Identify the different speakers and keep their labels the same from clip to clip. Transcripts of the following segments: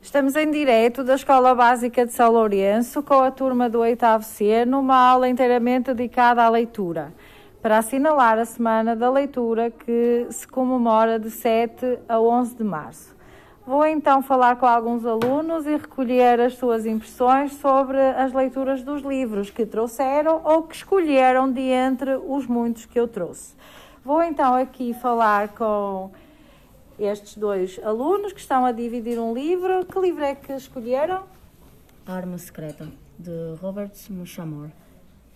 Speaker 1: Estamos em direto da Escola Básica de São Lourenço com a turma do 8 C numa aula inteiramente dedicada à leitura, para assinalar a Semana da Leitura que se comemora de 7 a 11 de março. Vou então falar com alguns alunos e recolher as suas impressões sobre as leituras dos livros que trouxeram ou que escolheram de entre os muitos que eu trouxe. Vou então aqui falar com estes dois alunos que estão a dividir um livro. Que livro é que escolheram?
Speaker 2: A Arma Secreta, de Robert Muchamore.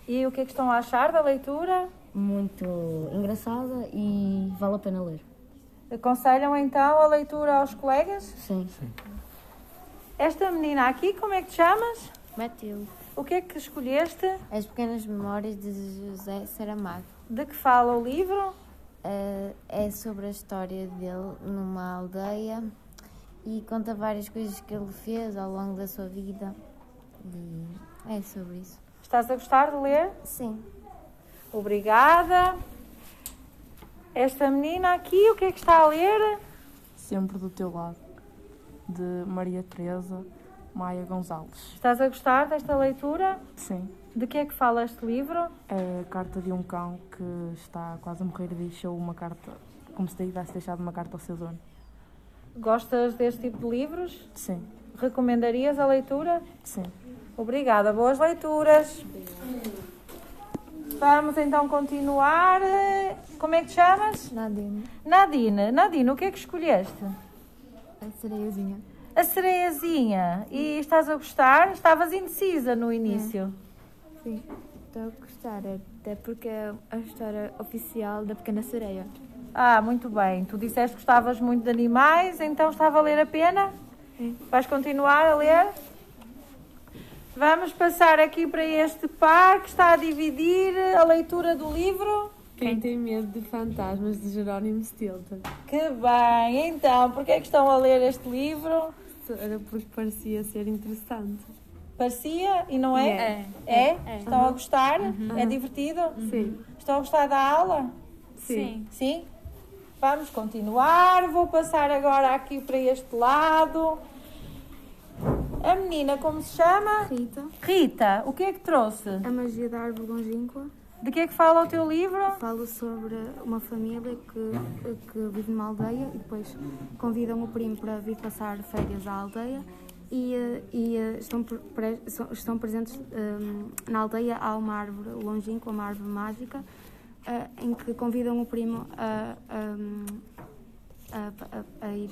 Speaker 1: E o que é que estão a achar da leitura?
Speaker 2: Muito engraçada e vale a pena ler.
Speaker 1: Aconselham então a leitura aos colegas?
Speaker 2: Sim.
Speaker 1: Esta menina aqui, como é que te chamas?
Speaker 3: Matilde.
Speaker 1: O que é que escolheste?
Speaker 3: As Pequenas Memórias de José Saramago.
Speaker 1: De que fala o livro?
Speaker 3: Ah, é sobre a história dele numa aldeia e conta várias coisas que ele fez ao longo da sua vida. E é sobre isso.
Speaker 1: Estás a gostar de ler?
Speaker 3: Sim.
Speaker 1: Obrigada. Esta menina aqui, o que é que está a ler?
Speaker 4: Sempre do Teu Lado, de Maria Teresa Maia Gonzalez.
Speaker 1: Estás a gostar desta leitura?
Speaker 4: Sim,
Speaker 1: De que é que fala este livro?
Speaker 4: é a carta de um cão que está quase a morrer e deixou uma carta, como se tivesse deixado uma carta ao seu dono.
Speaker 1: Gostas deste tipo de livros?
Speaker 4: Sim,
Speaker 1: Recomendarias a leitura?
Speaker 4: sim.
Speaker 1: Obrigada, boas leituras. Vamos então continuar. Como é que te chamas?
Speaker 3: Nadine.
Speaker 1: Nadine. Nadine, o que é que escolheste?
Speaker 3: A sereiazinha.
Speaker 1: A sereiazinha. E estás a gostar? Estavas indecisa no início.
Speaker 3: É. Sim. Estou a gostar, até porque é a história oficial da Pequena Sereia.
Speaker 1: Ah, muito bem. Tu disseste que gostavas muito de animais, então está a valer a pena?
Speaker 3: Sim.
Speaker 1: Vais continuar a ler? Vamos passar aqui para este par que está a dividir a leitura do livro.
Speaker 5: Quem tem medo de fantasmas de Jerónimo Stilton?
Speaker 1: Que bem! Então, porquê é que estão a ler este livro?
Speaker 5: Era porque parecia ser interessante.
Speaker 1: Parecia e não é? É? Estão
Speaker 3: Uhum.
Speaker 1: a gostar? É divertido?
Speaker 5: Sim.
Speaker 1: Estão a gostar da aula?
Speaker 5: Sim.
Speaker 1: Sim? Vamos continuar. Vou passar agora aqui para este lado. A menina, como se chama?
Speaker 3: Rita,
Speaker 1: Rita, o que é que trouxe?
Speaker 3: a magia da árvore longínqua,
Speaker 1: De que é que fala o teu livro?
Speaker 3: fala sobre uma família que, que vive numa aldeia e depois convidam o primo para vir passar férias à aldeia e, eh, e eh, estão, pre- pre- são- estão presentes hum, na aldeia há uma árvore longínqua, uma árvore mágica, eh, em que convidam o primo a, hum, a- a- a ir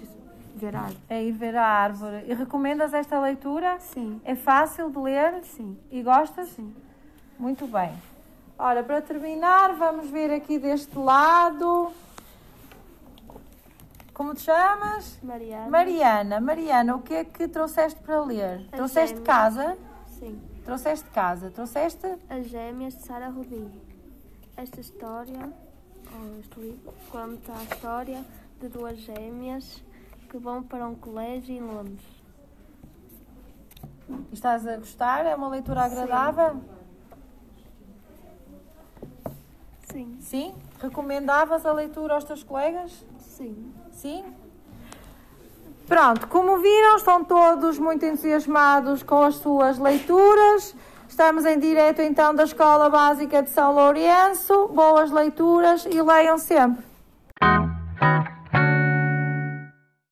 Speaker 3: ver a árvore.
Speaker 1: É ir ver a árvore. E recomendas esta leitura?
Speaker 3: Sim,
Speaker 1: É fácil de ler?
Speaker 3: sim,
Speaker 1: E gostas?
Speaker 3: sim.
Speaker 1: Muito bem. Ora, para terminar, vamos ver aqui deste lado. Como te chamas?
Speaker 3: Mariana.
Speaker 1: Mariana. Mariana, o que é que trouxeste para ler?
Speaker 3: As
Speaker 1: trouxeste
Speaker 3: gêmeas.
Speaker 1: casa?
Speaker 3: Sim.
Speaker 1: Trouxeste casa? Trouxeste?
Speaker 3: As Gêmeas de Sara Rodrigues. Esta história, ou este livro, conta a história de duas gêmeas que vão para um colégio em Londres.
Speaker 1: Estás a gostar? É uma leitura agradável?
Speaker 3: Sim,
Speaker 1: Sim? Recomendavas a leitura aos teus colegas?
Speaker 3: sim.
Speaker 1: Sim? Pronto, como viram, estão todos muito entusiasmados com as suas leituras. Estamos em direto então da Escola Básica de São Lourenço. Boas leituras e leiam sempre.